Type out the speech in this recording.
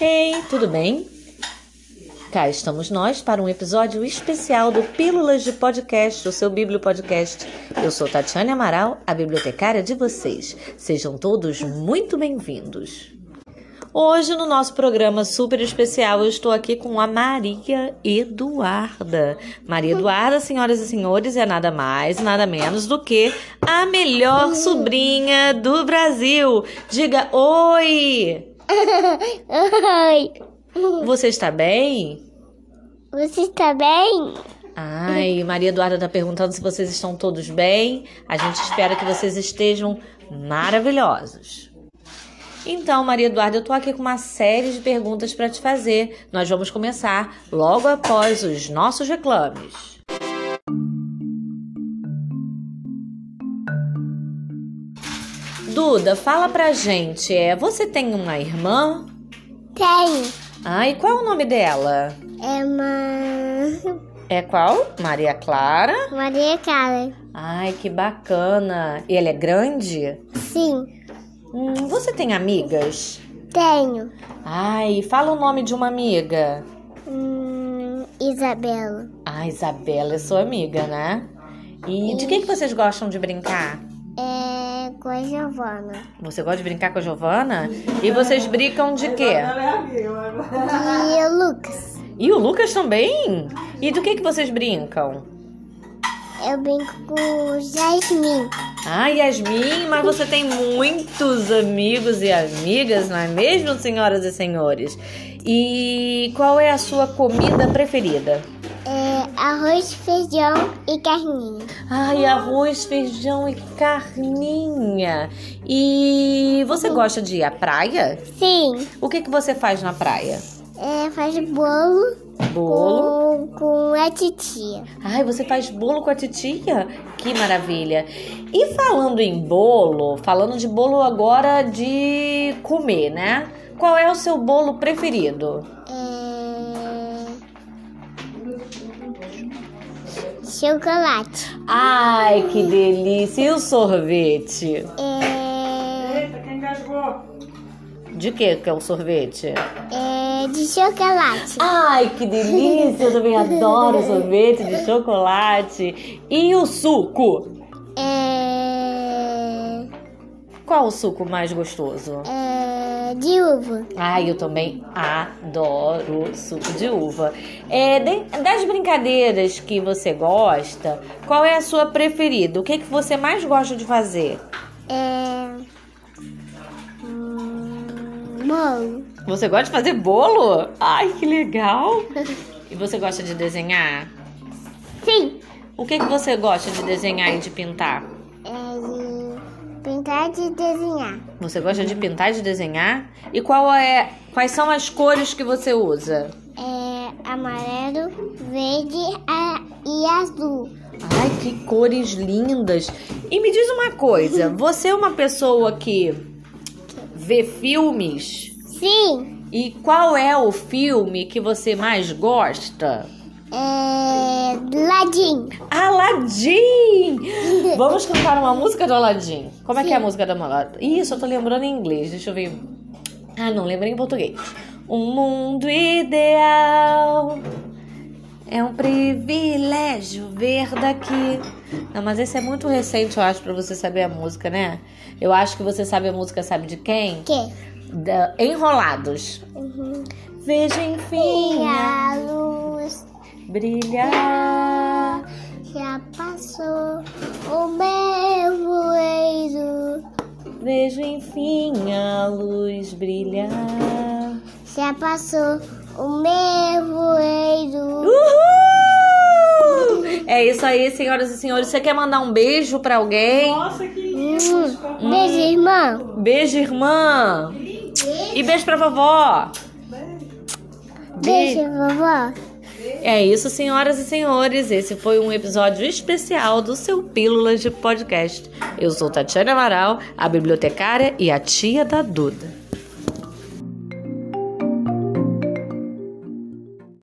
Hey, tudo bem? Cá estamos nós para um episódio especial do Pílulas de Podcast, o seu Bíblio Podcast. Eu sou Tatiane Amaral, a bibliotecária de vocês. Sejam todos muito bem-vindos. Hoje, no nosso programa super especial, eu estou aqui com a Maria Eduarda. Maria Eduarda, senhoras e senhores, é nada mais, nada menos do que a melhor sobrinha do Brasil. Diga oi! Oi, Você está bem? você está bem? Ai, Maria Eduarda está perguntando se vocês estão todos bem. A gente espera que vocês estejam maravilhosos. Então, Maria Eduarda, eu tô aqui com uma série de perguntas para te fazer. Nós vamos começar logo após os nossos reclames. Duda, fala pra gente, é, você tem uma irmã? Tem. Ai, qual é o nome dela? É uma É qual? Maria Clara? Maria Clara. Ai, que bacana! E ela é grande? Sim, Hum, você tem amigas? tenho. Ai, fala o nome de uma amiga. Hum, Isabela. A Isabela é sua amiga, né? E de que, que vocês gostam de brincar? É com a Giovana. Você gosta de brincar com a Giovana? E vocês brincam de quê? E o Lucas. E o Lucas também? E do que, que vocês brincam? Eu brinco com o Jasmin. Ah, Yasmin, mas você tem muitos amigos e amigas, não é mesmo, senhoras e senhores? E qual é a sua comida preferida? É arroz, feijão e carninha. Ai, arroz, feijão e carninha. E você gosta de ir à praia? Sim, O que, que você faz na praia? é, faz bolo Bolo. Com, com a titia. Ai, você faz bolo com a titia? Que maravilha. E falando em bolo, falando de bolo agora de comer, né? Qual é o seu bolo preferido? É... Chocolate. Ai, que delícia! E o sorvete? É, De que que é o sorvete? é de chocolate. Ai, que delícia! Eu também adoro sorvete de chocolate. E o suco? É, Qual o suco mais gostoso? é de uva. Ai, eu também adoro suco de uva. É, de- das brincadeiras que você gosta, qual é a sua preferida? O que, que você mais gosta de fazer? É, hum, bolo. Você gosta de fazer bolo? Ai, que legal! E você gosta de desenhar? Sim. O que, que você gosta de desenhar e de pintar? É de pintar de desenhar. Você gosta de pintar e de desenhar? E qual é, quais são as cores que você usa? É amarelo, verde a- e azul. Ai, que cores lindas! E me diz uma coisa, você é uma pessoa que vê filmes? Sim. E qual é o filme que você mais gosta? É ladinho. Aladdin! Vamos cantar uma música do Aladdin. Como é que é a música da Aladdin? Isso, eu tô lembrando em inglês, deixa eu ver. Ah, não, lembrei em português. Um mundo ideal é um privilégio ver daqui. Não, mas esse é muito recente, eu acho, pra você saber a música, né? Eu acho que você sabe a música, sabe de quem? Que? Da Enrolados. Veja enfim né? E a a luz brilhar. já passou o meu voeiro. Vejo enfim a luz brilhar. Já passou o meu voeiro. Uhul! É isso aí, senhoras e senhores. Você quer mandar um beijo pra alguém? Hum. Beijo, irmão. Beijo, irmã. E beijo pra vovó. Beijo, vovó. É isso, senhoras e senhores. Esse foi um episódio especial do seu Pílulas de Podcast. Eu sou Tatiana Amaral, a bibliotecária e a tia da Duda.